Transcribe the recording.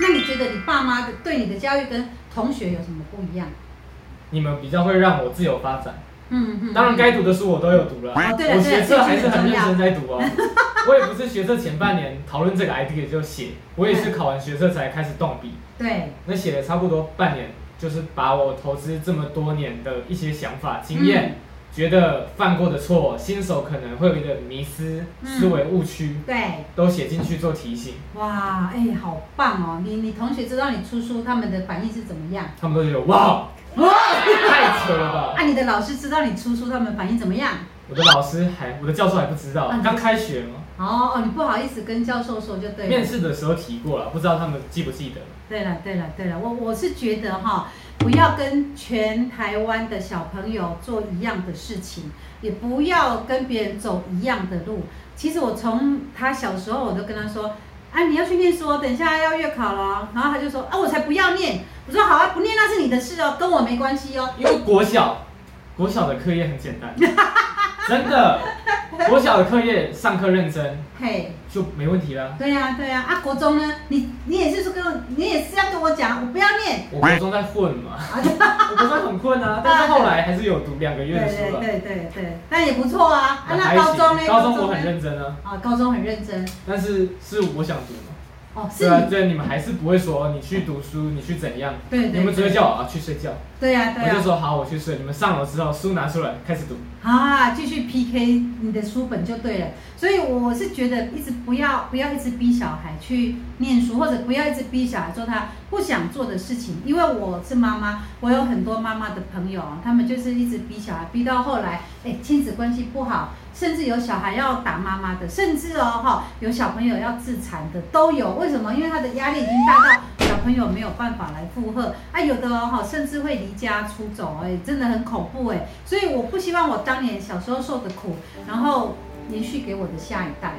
那你觉得你爸妈的对你的教育跟同学有什么不一样？你们比较会让我自由发展。嗯嗯当然，该读的书我都有读了，哦对了我学测还是很对认了真在读啊。 我也不是学测前半年讨论这个 idea 就写，我也是考完学测才开始动笔。对，那写了差不多半年，就是把我投资这么多年的一些想法、经嗯验，觉得犯过的错，新手可能会有的迷失、嗯思维误区，对，都写进去做提醒。哇，哎、好棒哦！你你同学知道你出书，他们的反应是怎么样？他们都觉得 哇，太扯了吧！啊，你的老师知道你出书，他们反应怎么样？我的老师还，我的教授还不知道嗯，刚开学嘛，哦哦，你不好意思跟教授说就对了面。试的时候提过了，不知道他们记不记得。对了，对了，对了，我我是觉得哈，不要跟全台湾的小朋友做一样的事情，也不要跟别人走一样的路。其实我从他小时候，我都跟他说，啊，你要去念书哦，等一下要月考了哦。然后他就说，啊，我才不要念。我说好啊，不念那是你的事哦，跟我没关系哦。因为国小，国小的课业很 简单，真的，国小的课业上课认真嘿，就没问题啦。对呀、对呀、啊，国中呢，你你也是说跟我，你也是要跟我讲，我不要念。我国中在混 嘛，我国中很困啊，但是后来还是有读两个对月的书对了。对对对，但也不错啊。啊，那还高中呢？行，高中我很呢？认真啊，啊，高中很认真。但是是我想读嘛。哦，是对啊，你，对，你们还是不会说你去读书，你去怎样，对对对你们只会叫我啊去睡觉。对呀、对啊我就呀、说好，我去睡。你们上楼之后，书拿出来开始读。啊，继续 PK 你的书本就对了。所以我是觉得，一直不要不要一直逼小孩去念书，或者不要一直逼小孩做他不想做的事情。因为我是妈妈，我有很多妈妈的朋友，他们就是一直逼小孩，逼到后来，哎，亲子关系不好，甚至有小孩要打妈妈的，甚至哦哈、有小朋友要自残的都有。为什么？因为他的压力已经大到小朋友没有办法来负荷啊，有的哦哈、甚至会离家出走，哎，真的很恐怖哎。所以我不希望我当年小时候受的苦，然后延续给我的下一代。